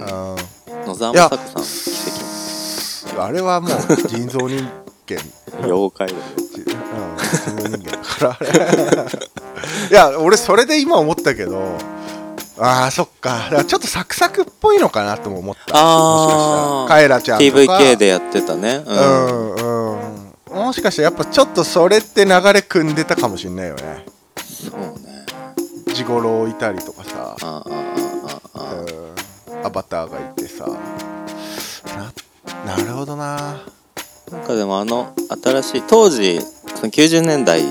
Speaker 3: 野沢雅子さん奇
Speaker 2: あれはもう 人造人間
Speaker 3: 跡妖怪だよ
Speaker 2: うん人間だから いや俺それで今思ったけどあーそっかだからちょっとサクサクっぽいのかなとも思ったもしかした
Speaker 3: あ
Speaker 2: ら
Speaker 3: ー
Speaker 2: カエラちゃんとか
Speaker 3: TVK でやってたねう、
Speaker 2: うんんうんもしかしたらやっぱちょっとそれって流れ組んでたかもしんないよね
Speaker 3: そうね
Speaker 2: ジゴロウいたりとかさ、
Speaker 3: ああああああ
Speaker 2: うん、アバターがいてさななるほどな
Speaker 3: なんかでもあの新しい当時その90年代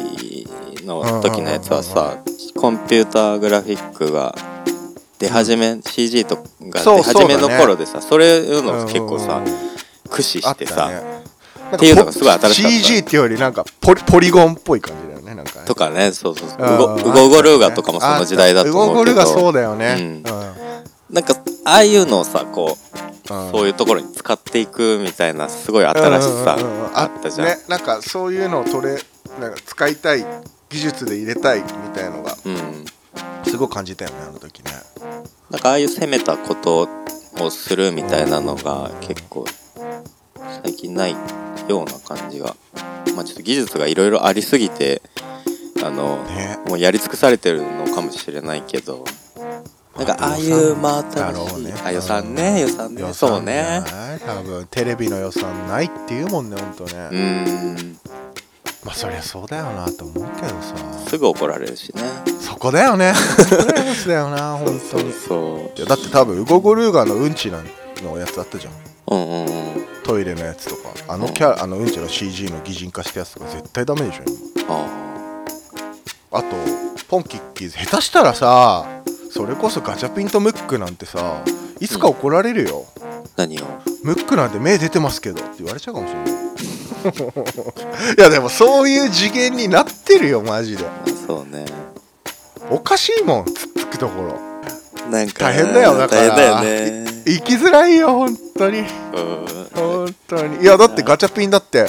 Speaker 3: の時のやつはさコンピューターグラフィックが出始め、CG とかが
Speaker 2: そう
Speaker 3: 出始め
Speaker 2: そ
Speaker 3: の
Speaker 2: うだね
Speaker 3: 頃でさそ,、れいうのを結構さ、
Speaker 2: うんうんうん
Speaker 3: 駆使
Speaker 2: あ
Speaker 3: し
Speaker 2: ってた
Speaker 3: さ、
Speaker 2: ねなん
Speaker 3: っていうのがすごい新しかった
Speaker 2: CG っていうよりなんかポリポリゴンっぽい感じだよねなんかね
Speaker 3: とかねそうそうそう
Speaker 2: うん
Speaker 3: ウゴウゴゴルーガとかもその時代だと思うけ
Speaker 2: あったウゴゴルーガそう
Speaker 3: ど
Speaker 2: だよね
Speaker 3: うなんかああいうのをさこうそう
Speaker 2: い
Speaker 3: いうところに使っていくみたいなすごい新しさあったじゃん。
Speaker 2: ねなんかそういうのを取れなんか使いたい技術で入れたいみたいのが
Speaker 3: うん
Speaker 2: すごい感じたよねあの時ね
Speaker 3: なんかああいう攻めたことをするみたいなのが結構最近ないような感じが、まあ、ちょっと技術がいろいろありすぎてあの
Speaker 2: ね
Speaker 3: もうやり尽くされてるのかもしれないけどなんかああいう
Speaker 2: ま
Speaker 3: 真
Speaker 2: だ
Speaker 3: 新
Speaker 2: ろ
Speaker 3: し
Speaker 2: う
Speaker 3: い、
Speaker 2: ね
Speaker 3: あ予算ね予算ねそう
Speaker 2: 予
Speaker 3: ね
Speaker 2: 算じゃない多分テレビの予算ないっていうもんねほんとね、
Speaker 3: うーん
Speaker 2: まあそりゃそうだよなと思うけどさ
Speaker 3: すぐ怒られるしね
Speaker 2: そこだよ ねそこだよな本当に
Speaker 3: そ
Speaker 2: いやだって多分ウゴゴルーガーのうんちなんのやつあったじゃん
Speaker 3: ううんうんうん
Speaker 2: トイレのやつとかあのキャラ、あのうんちの CG の擬人化したやつとか絶対ダメでしょ今
Speaker 3: あ
Speaker 2: あとポンキッキーズ下手したらさそれこそガチャピンとムックなんてさいつか怒られるよ、
Speaker 3: あ何を
Speaker 2: ムックなんて目出てますけどって言われちゃうかもしれない いやでもそういう次元になってるよマジで
Speaker 3: そうね
Speaker 2: おかしいもんつっつくところ
Speaker 3: なんか
Speaker 2: 大変だよだから
Speaker 3: 大変だよね
Speaker 2: 生きづらいよ本当に
Speaker 3: うん
Speaker 2: 本当にいやだってガチャピンだって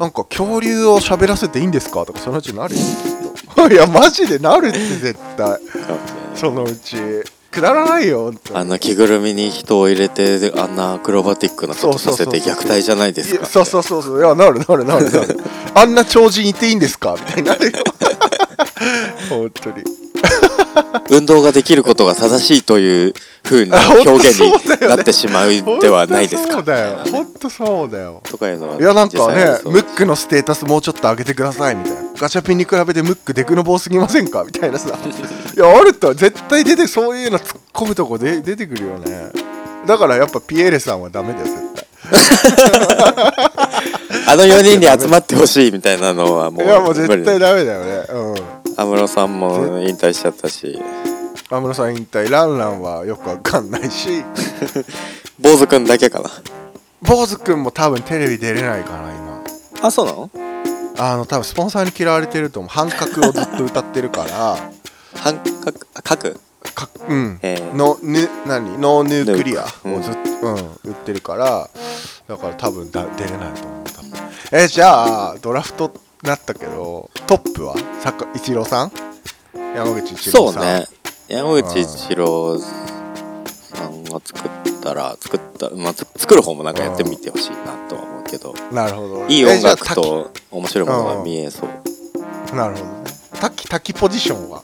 Speaker 2: なんか恐竜を喋らせていいんですかとかそのうちなるよ きっといやマジでなるって絶対そのうちくだらないよ本当に
Speaker 3: あの着ぐるみに人を入れてであんなアクロバティックなことさせて
Speaker 2: そうそうそうそう
Speaker 3: 虐待じゃないです
Speaker 2: いや
Speaker 3: か
Speaker 2: そうそうそうそういやなるなるなるな るあんな超人いていいんですかみたいになるよ本当に
Speaker 3: 運動ができることが正しいというふうな
Speaker 2: あ本当
Speaker 3: 表現に
Speaker 2: そうだよね
Speaker 3: なってしまうではないです
Speaker 2: そ
Speaker 3: か
Speaker 2: うだよ本当そうだよ
Speaker 3: とかいうのはい
Speaker 2: やなんか
Speaker 3: 実際は
Speaker 2: ね
Speaker 3: そう
Speaker 2: ムックのステータスもうちょっと上げてくださいみたいなガチャピンに比べてムックデクの棒すぎませんかみたいなさ いやあると絶対出てそういうの突っ込むとこで出てくるよねだからやっぱピエーレさんはダメだよ絶対
Speaker 3: あの4人に集まってほしいみたいなのはもう
Speaker 2: いやもう絶対
Speaker 3: 無理
Speaker 2: ダメだよねうん
Speaker 3: 安室さんも引退しちゃったし
Speaker 2: 安室さん引退ランランはよくわかんないし
Speaker 3: 坊主くんだけかな
Speaker 2: 坊主くんも多分テレビ出れないかな今
Speaker 3: あそうなの
Speaker 2: あの多分スポンサーに嫌われてると思う半角をずっと歌ってるから
Speaker 3: 半角あ角
Speaker 2: かうん
Speaker 3: えー
Speaker 2: ノヌ何ノーヌークリア
Speaker 3: ヌー
Speaker 2: をずっと、うん売ってるからだから多分だ出れないと思う多分えじゃあドラフトなったけどトップはサッカーイチローさん山口一郎
Speaker 3: そう
Speaker 2: さん
Speaker 3: ね山口一郎さんが作ったら作った、まあ、つ作る方もなんかやってみてほしいなとは思うけど
Speaker 2: なるほど
Speaker 3: いい
Speaker 2: え
Speaker 3: 音
Speaker 2: じゃあ
Speaker 3: 楽と面白いものが見えそう
Speaker 2: 滝なるほどね滝滝ポジションは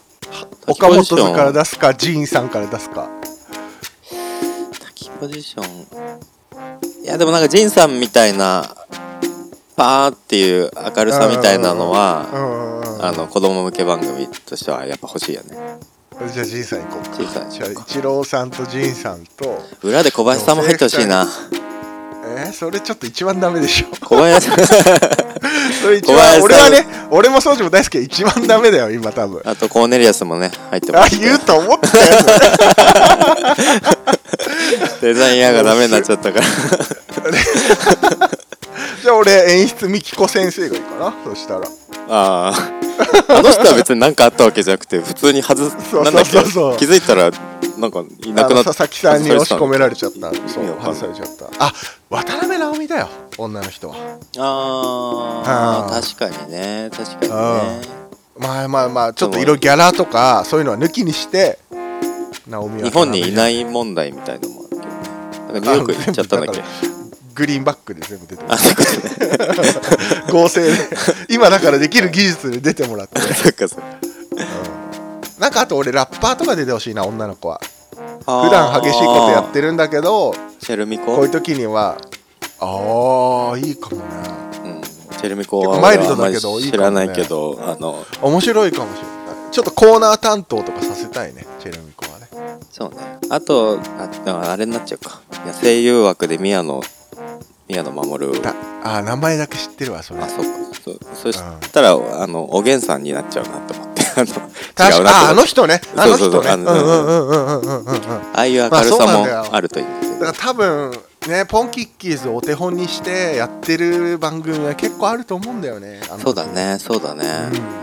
Speaker 3: 滝
Speaker 2: 岡
Speaker 3: ポ
Speaker 2: 本
Speaker 3: ジション
Speaker 2: さんから出すかジーンさんから出すか
Speaker 3: 滝ポジションいやでもなんか仁さんみたいなパーっていう明るさみたいなの
Speaker 2: う
Speaker 3: は
Speaker 2: んうんうん
Speaker 3: あの子供向け番組としてはやっぱ欲しいよね
Speaker 2: じゃあジンさん行こうか
Speaker 3: ジンさん行こうか
Speaker 2: じゃあイチローさんとジンさんと
Speaker 3: 裏で小林さんも入ってほしいな
Speaker 2: えー、それちょっと一番ダメでしょ
Speaker 3: 小林さん
Speaker 2: それ一
Speaker 3: 小
Speaker 2: 番
Speaker 3: 林さん
Speaker 2: 俺はね俺も掃除も大好き一番ダメだよ今多分
Speaker 3: あとコーネリアスもね入っても
Speaker 2: あ
Speaker 3: らって
Speaker 2: 言うと思ったよそれ
Speaker 3: デザイン屋がダメになっちゃったから
Speaker 2: じゃあ俺演出みきこ先生がいいかなそしたら
Speaker 3: あ ああの人は別に何かあったわけじゃなくて普通に外す
Speaker 2: そう
Speaker 3: なんだっけ
Speaker 2: そうそうそう
Speaker 3: 気づいたらなんかいなく
Speaker 2: あ
Speaker 3: な
Speaker 2: の
Speaker 3: った
Speaker 2: 佐々木さんに押し込められちゃっ
Speaker 3: 意
Speaker 2: た
Speaker 3: 味
Speaker 2: そう
Speaker 3: わかんない
Speaker 2: 外されちゃったあ渡辺直美だよ女の人は
Speaker 3: あー
Speaker 2: あ
Speaker 3: 確かにね確
Speaker 2: あ
Speaker 3: かにね
Speaker 2: まあまあまあちょっと
Speaker 3: でも
Speaker 2: いろいろギャラとかそういうのは抜きにしてナオミは
Speaker 3: 日本にいないい問題みたいのもあるけどねなんかニューヨーク行っちゃったんだっけ
Speaker 2: あグリーンバックで全部出てま
Speaker 3: あ
Speaker 2: す
Speaker 3: そういうことね
Speaker 2: 合成で今だからできる技術で出てもらって、
Speaker 3: そうかそう
Speaker 2: なんかあと俺ラッパーとか出てほしいな女の子は
Speaker 3: 普
Speaker 2: 普段激しいことやってるんだけど
Speaker 3: チェルミコ
Speaker 2: こういう時にはああいいかもね
Speaker 3: うんチェルミコ
Speaker 2: 結
Speaker 3: は
Speaker 2: 構マイルドだけど
Speaker 3: 俺はあんまり
Speaker 2: いいかもね
Speaker 3: 知らないけどあの
Speaker 2: 面白いかもしれないちょっとコーナー担当とかさせたいねチェルミコはね
Speaker 3: そうねあとあだからあれになっちゃうかいや声優枠で宮野宮野守る
Speaker 2: だあー名前だけ知ってるわそれ
Speaker 3: あそうかそうそしたら、あのおげんさんになっちゃうなと思ってあ
Speaker 2: 確
Speaker 3: の違うなと思って
Speaker 2: かああの人ねあの
Speaker 3: そう
Speaker 2: 人
Speaker 3: そうそう
Speaker 2: ねう
Speaker 3: あ
Speaker 2: ん
Speaker 3: の
Speaker 2: うんうんうんうんうんうんうんだ
Speaker 3: ああいう明
Speaker 2: まあ
Speaker 3: る
Speaker 2: そうなんだよ
Speaker 3: さもあるといいんですよね
Speaker 2: から多分ねポンキッキーズをお手本にしてやってる番組は結構あると思うんだよねあの
Speaker 3: そうだねそうだ
Speaker 2: う
Speaker 3: ね
Speaker 2: ん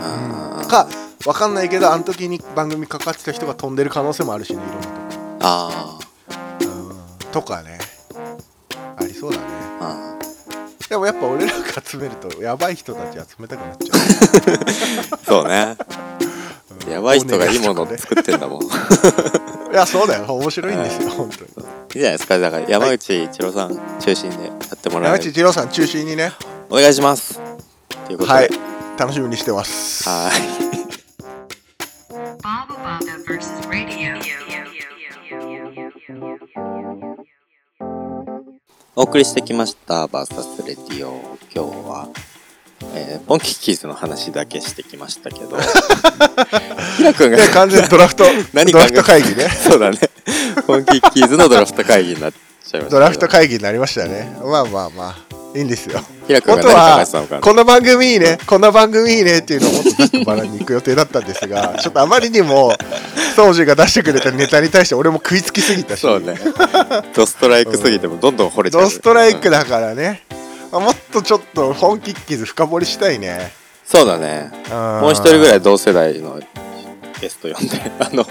Speaker 3: あー
Speaker 2: かわかんないけどあの時に番組かかってた人が飛んでる可能性もあるしねいろんなと
Speaker 3: あー
Speaker 2: こうんとかねありそうだね
Speaker 3: あ
Speaker 2: でもやっぱ俺らが集めるとやばい人たち集めたくなっちゃう
Speaker 3: ーそうねやばい人がいいものを作ってんだもんいい
Speaker 2: いやそうだよ面白いんですよ本当に
Speaker 3: じゃないですかだから山内一郎さん中心でやってもら
Speaker 2: 山
Speaker 3: え
Speaker 2: 内
Speaker 3: る
Speaker 2: 一郎さん中心にね
Speaker 3: お願いしますということで
Speaker 2: はい楽しみにしてます
Speaker 3: はーい
Speaker 1: Baba Baba versus radio.
Speaker 3: お送りしてきました「バーサスレディオ」今日は、えーポンキッキーズの話だけしてきまし たけどひらくんが
Speaker 2: で完全にドラフ ト
Speaker 3: 何
Speaker 2: ドラ
Speaker 3: 考え
Speaker 2: フト会議ね
Speaker 3: そうだねポンキッキーズのドラフト会議になっちゃいましたけど
Speaker 2: ドラフト会議になりましたねまあまあまあいいんですよ
Speaker 3: ひらくん
Speaker 2: 本
Speaker 3: が
Speaker 2: 当
Speaker 3: 何考
Speaker 2: は
Speaker 3: えてたのか
Speaker 2: この番組いいねこの番組いいねっていうのをもっとざっくばらんに行く予定だったんですがちょっとあまりにも宗樹が出してくれたネタに対して俺も食いつきすぎたし
Speaker 3: そうねドストライクすぎてもどんどん惚れちゃう、
Speaker 2: ドストライク
Speaker 3: うん
Speaker 2: だからね、まあもっとちょっと本気ッキーズ深掘りしたいね
Speaker 3: そうだねも
Speaker 2: も
Speaker 3: う一人ぐらい同世代のゲスト呼んであの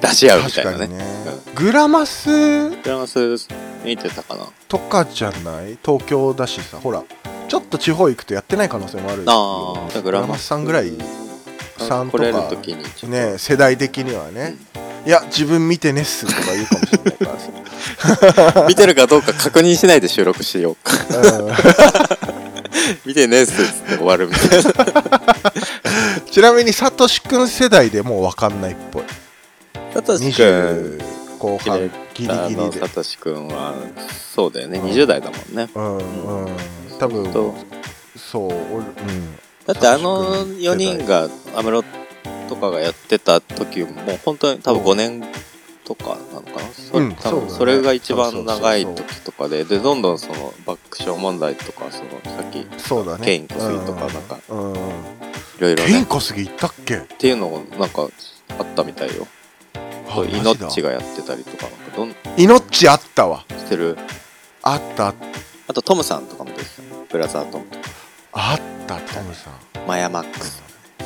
Speaker 3: 出し合うみたいなね
Speaker 2: 確かにね
Speaker 3: うん
Speaker 2: グラマス
Speaker 3: フランス見てたかな
Speaker 2: とかじゃない東京だしさほらちょっと地方行くとやってない可能性もあるよ
Speaker 3: ああ
Speaker 2: グラマスさんぐらいさんと
Speaker 3: 来れる
Speaker 2: か
Speaker 3: 時にちょっと
Speaker 2: ね世代的にはね、いや自分見てねっすとか言うかもしれないからさ
Speaker 3: 見てるかどうか確認しないで収録しよう か
Speaker 2: う
Speaker 3: 見てねえっすっつって終わるみたいなん
Speaker 2: ちなみにさとしくん世代でもう分かんないっぽい
Speaker 3: サトシ君
Speaker 2: 20後半ギリギリで
Speaker 3: サトシ君はそうだよね20代だもんね
Speaker 2: うんうん多
Speaker 3: と
Speaker 2: 分そう俺うん
Speaker 3: だってあの4人がアムロとかがやってた時もう本当に多分5年とかなのかな、それ
Speaker 2: うん
Speaker 3: 多
Speaker 2: そうだ
Speaker 3: 分
Speaker 2: ね
Speaker 3: それが一番長い
Speaker 2: そうそう
Speaker 3: 時とかででどんどんその爆笑問題とかそのさっきい
Speaker 2: そうだね
Speaker 3: ケイン小杉とかなんか
Speaker 2: うんうん
Speaker 3: ろいろ
Speaker 2: ケイン
Speaker 3: ね
Speaker 2: 小杉行ったっけ
Speaker 3: っていうのをなんかあったみたいよ
Speaker 2: あ
Speaker 3: イ
Speaker 2: マ
Speaker 3: ノ
Speaker 2: ジだ
Speaker 3: ッチがやってたりとかなんかどんし
Speaker 2: イノッチあったわ
Speaker 3: てる
Speaker 2: あった
Speaker 3: あとトムさんとかもですよねブラザートムとか
Speaker 2: あったトムさん
Speaker 3: マヤマックス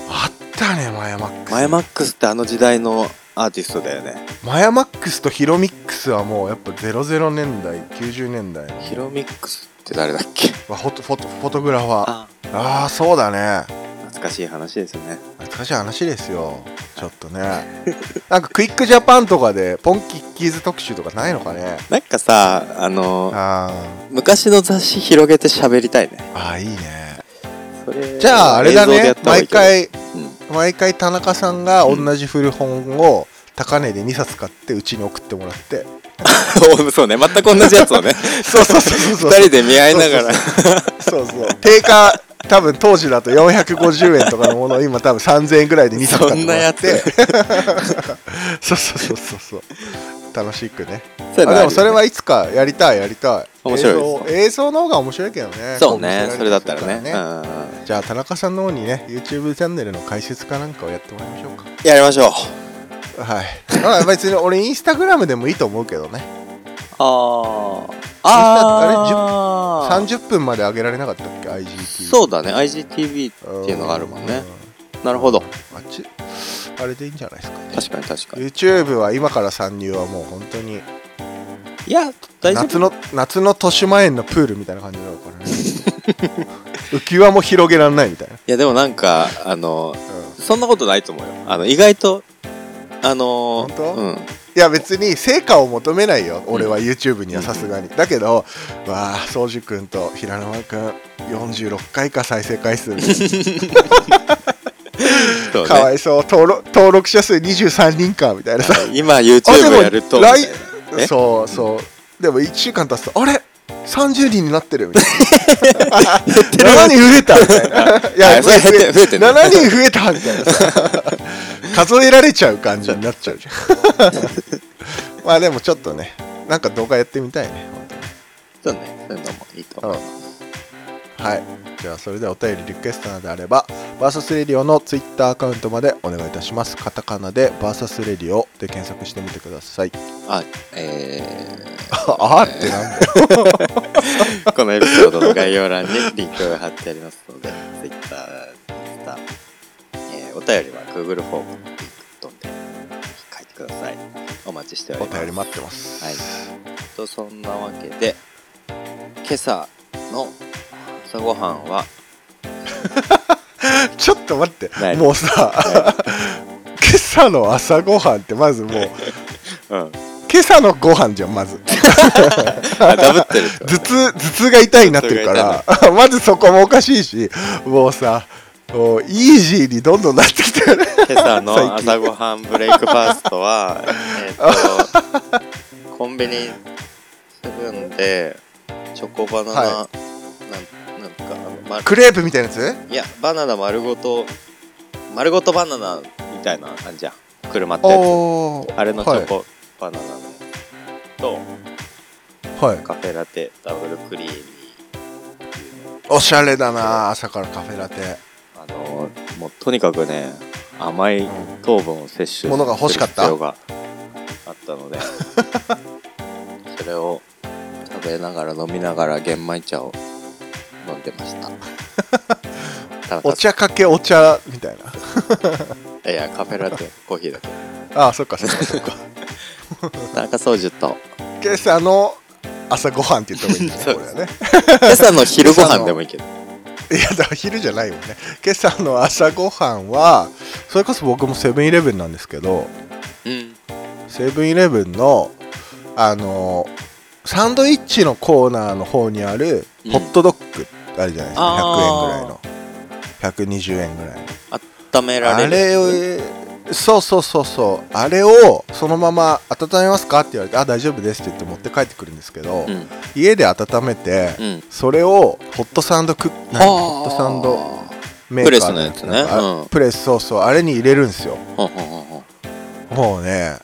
Speaker 2: あったねマヤマックス
Speaker 3: マヤマックスってあの時代のアーティストだよね
Speaker 2: マヤマックスとヒロミックスはもうやっぱ00年代90年代の
Speaker 3: ヒロミックスって誰だっけ
Speaker 2: まあフォトフォトフォトグラファー
Speaker 3: あ
Speaker 2: ああそうだね
Speaker 3: 懐かしい話ですよね
Speaker 2: 懐かしい話ですよちょっとねなんかクイックジャパンとかでポンキッキーズ特集とかないのかね
Speaker 3: なんかさあの
Speaker 2: あ
Speaker 3: 昔の雑誌広げて喋りたいね
Speaker 2: ーあーいいね
Speaker 3: それ
Speaker 2: じゃああれだ
Speaker 3: 映像でや
Speaker 2: ね
Speaker 3: った方が
Speaker 2: 毎
Speaker 3: いいけど
Speaker 2: 回
Speaker 3: うん
Speaker 2: 毎回田中さんが同じ古本を高値で2冊買ってうちに送ってもらって、
Speaker 3: そうね全く同じやつをね
Speaker 2: そうそうそうそう
Speaker 3: 二人で見合いながら
Speaker 2: そうそう定価多分当時だと450円とかのものを今多分3000円ぐらいで2冊
Speaker 3: そ
Speaker 2: 買って
Speaker 3: ん
Speaker 2: も
Speaker 3: な
Speaker 2: ら
Speaker 3: や
Speaker 2: っ
Speaker 3: つ
Speaker 2: てそうそうそうそうそう楽しくね
Speaker 3: そうい
Speaker 2: あ
Speaker 3: うのあるよね
Speaker 2: でもそれはいつかやりたいやりたい
Speaker 3: 面白い
Speaker 2: 映
Speaker 3: です
Speaker 2: 像映像の方が面白いけどね
Speaker 3: そうねそれだったらね
Speaker 2: こう見せ
Speaker 3: う
Speaker 2: られたりするか
Speaker 3: んうんうん
Speaker 2: じゃあ田中さんの方にね YouTube チャンネルの解説かなんかをやってもらいましょうか
Speaker 3: やりましょう
Speaker 2: はいまあ別に俺インスタグラムでもいいと思うけどね
Speaker 3: あー
Speaker 2: あれじゅ
Speaker 3: あー
Speaker 2: 30分まで上げられなかったっけ IGTV
Speaker 3: そうだね IGTV っていうのがあるもんねなるほど
Speaker 2: うんあっちあれでいいんじゃないですかね
Speaker 3: 確かに確かに
Speaker 2: YouTube は今から参入はもう本当に
Speaker 3: いや大丈
Speaker 2: 夏の夏の豊島園のプールみたいな感じな のかな浮き輪も広げられないみたいない
Speaker 3: やでもなんかあの
Speaker 2: ん
Speaker 3: そんなことないと思うよあの意外とあのー
Speaker 2: 本当
Speaker 3: うん
Speaker 2: いや別に成果を求めないよ俺は YouTube にはさすがに、だけどわあ宗樹君と平沼君46回か再生回数
Speaker 3: そうね
Speaker 2: かわいそう登録登録者数23人かみたいなさ
Speaker 3: 今
Speaker 2: あ
Speaker 3: YouTube やると
Speaker 2: 来
Speaker 3: みたいなね
Speaker 2: そうそうでも1週間経つとあれ30人になってるみたいな 7人増えたみたいない
Speaker 3: あそれ減って増えてんの
Speaker 2: 7人増えたみたいなさ数えられちゃう感じになっちゃうじゃ んまあでもちょっとねなんか動画やってみたいね
Speaker 3: そうねそういうのもいいと思う
Speaker 2: はいじゃあそれではお便りリクエストなどあればバーサスレディオのツイッターアカウントまでお願いいたしますカタカナでバーサスレディオで検索してみてくださ い
Speaker 3: あえー
Speaker 2: あーってなんだよ
Speaker 3: このエピソードの概要欄にリンクを貼ってありますので、Twitter、インスタえーお便りは Google フォームにリンク飛んで書いてください。お待ちしており
Speaker 2: お
Speaker 3: ます。
Speaker 2: 便り待ってます
Speaker 3: はいとそんなわけで、今朝の朝ごはんは、
Speaker 2: ちょっと待って
Speaker 3: 何
Speaker 2: もうさ今朝の朝ごはんってまずもう
Speaker 3: うん、
Speaker 2: 今朝のご飯じゃんまず
Speaker 3: あダブってるってこと
Speaker 2: 頭痛頭痛が痛いになってるからまずそこもおかしいしもうさもうイージーにどんどんなってきてる
Speaker 3: 今朝 の
Speaker 2: 最近
Speaker 3: 朝ごはんブレイクファース トは、えっと、コンビニセブンで、チョコバナナ、
Speaker 2: は
Speaker 3: なんなんか、あのま
Speaker 2: クレープみたいなやつ
Speaker 3: いや、バナナ丸ごと、丸ごとバナナみたいな感じじゃん。車ってやつ。
Speaker 2: おお
Speaker 3: あれのチョコ、バナナのやつと、
Speaker 2: はい、はい、
Speaker 3: カフェラテ、ダブルクリーミー。
Speaker 2: おしゃれだな朝からカフェラテ
Speaker 3: あのーもうとにかくね、甘い糖分を摂取する
Speaker 2: ものが欲しかった
Speaker 3: 必要があった ので、それを食べながら飲みながら玄米茶を飲んでました。田中
Speaker 2: お茶かけお茶みたいな
Speaker 3: さんいや、カフェラテ、コーヒーだけど。
Speaker 2: あーそっかそっかそっ か
Speaker 3: 田中宗樹と。
Speaker 2: 今朝の朝ごはんって言った方がいいん だねこれはね
Speaker 3: 今朝の昼ご飯でもいいけど。
Speaker 2: いやだから昼じゃないよね今朝の朝ごはんはそれこそ僕もセブンイレブンなんですけど
Speaker 3: うん。
Speaker 2: セブンイレブンのあのサンドイッチのコーナーの方にある
Speaker 3: うん
Speaker 2: ホットドッグあるじゃないですか、
Speaker 3: あ
Speaker 2: 100円ぐらいの120円ぐらいの
Speaker 3: 温められ
Speaker 2: あ
Speaker 3: る。
Speaker 2: れをそうそうそうそうあれをそのまま温めますかって言われてあ大丈夫ですって言って持って帰ってくるんですけど、
Speaker 3: うん。
Speaker 2: 家で温めて、
Speaker 3: うん。
Speaker 2: それをホットサンドクッ
Speaker 3: あ
Speaker 2: 何ホットサンドメーカーの
Speaker 3: プレスのやつね
Speaker 2: なんか
Speaker 3: うん
Speaker 2: プレスそうそうあれに入れるんですよ
Speaker 3: ほんほんほんほん
Speaker 2: もうね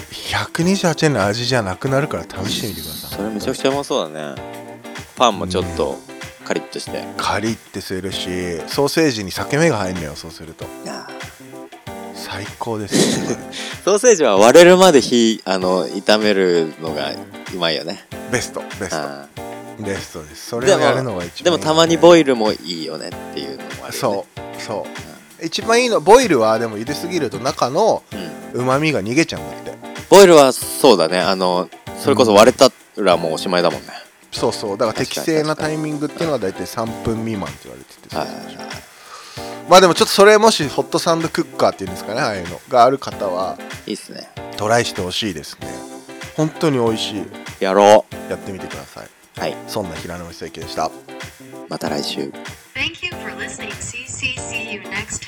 Speaker 2: 128円の味じゃなくなるから試してみてください
Speaker 3: それめちゃくちゃうまそうだね。パンもちょっとカリッとして。
Speaker 2: カリッてするしソーセージに裂け目が入んのよそうすると最高 ですよ
Speaker 3: ソーセージは割れるまで火、あの、炒めるのがうまいよね。
Speaker 2: ベストベス
Speaker 3: あ
Speaker 2: トベストですそれ
Speaker 3: で
Speaker 2: を
Speaker 3: も
Speaker 2: やるのが一番いい
Speaker 3: ーでもたまにボイルもいいよねっていうのもあるよね。
Speaker 2: そうそう一番いいのボイルはでも茹ですぎると中の
Speaker 3: うん。うん
Speaker 2: うまみが逃げちゃうんだって
Speaker 3: ボイルはそうだね。あの、それこそ割れたらもうおしまいだもんね。
Speaker 2: そうそうだから
Speaker 3: 確
Speaker 2: 適
Speaker 3: かに
Speaker 2: 正なタイミングっていうのは大体3分未満って言われてて
Speaker 3: はい
Speaker 2: そうそうそう
Speaker 3: はいは。
Speaker 2: まあでもちょっとそれもしホットサンドクッカーっていうんですかねああいうのがある方はい
Speaker 3: いいっすね。
Speaker 2: トライしてほしいですね本当に美味しい
Speaker 3: やろ。
Speaker 2: やってみてくださいう
Speaker 3: はい。
Speaker 2: そんな平野美聖輝でした
Speaker 3: また来週。
Speaker 1: Thank you for listening. CCC you next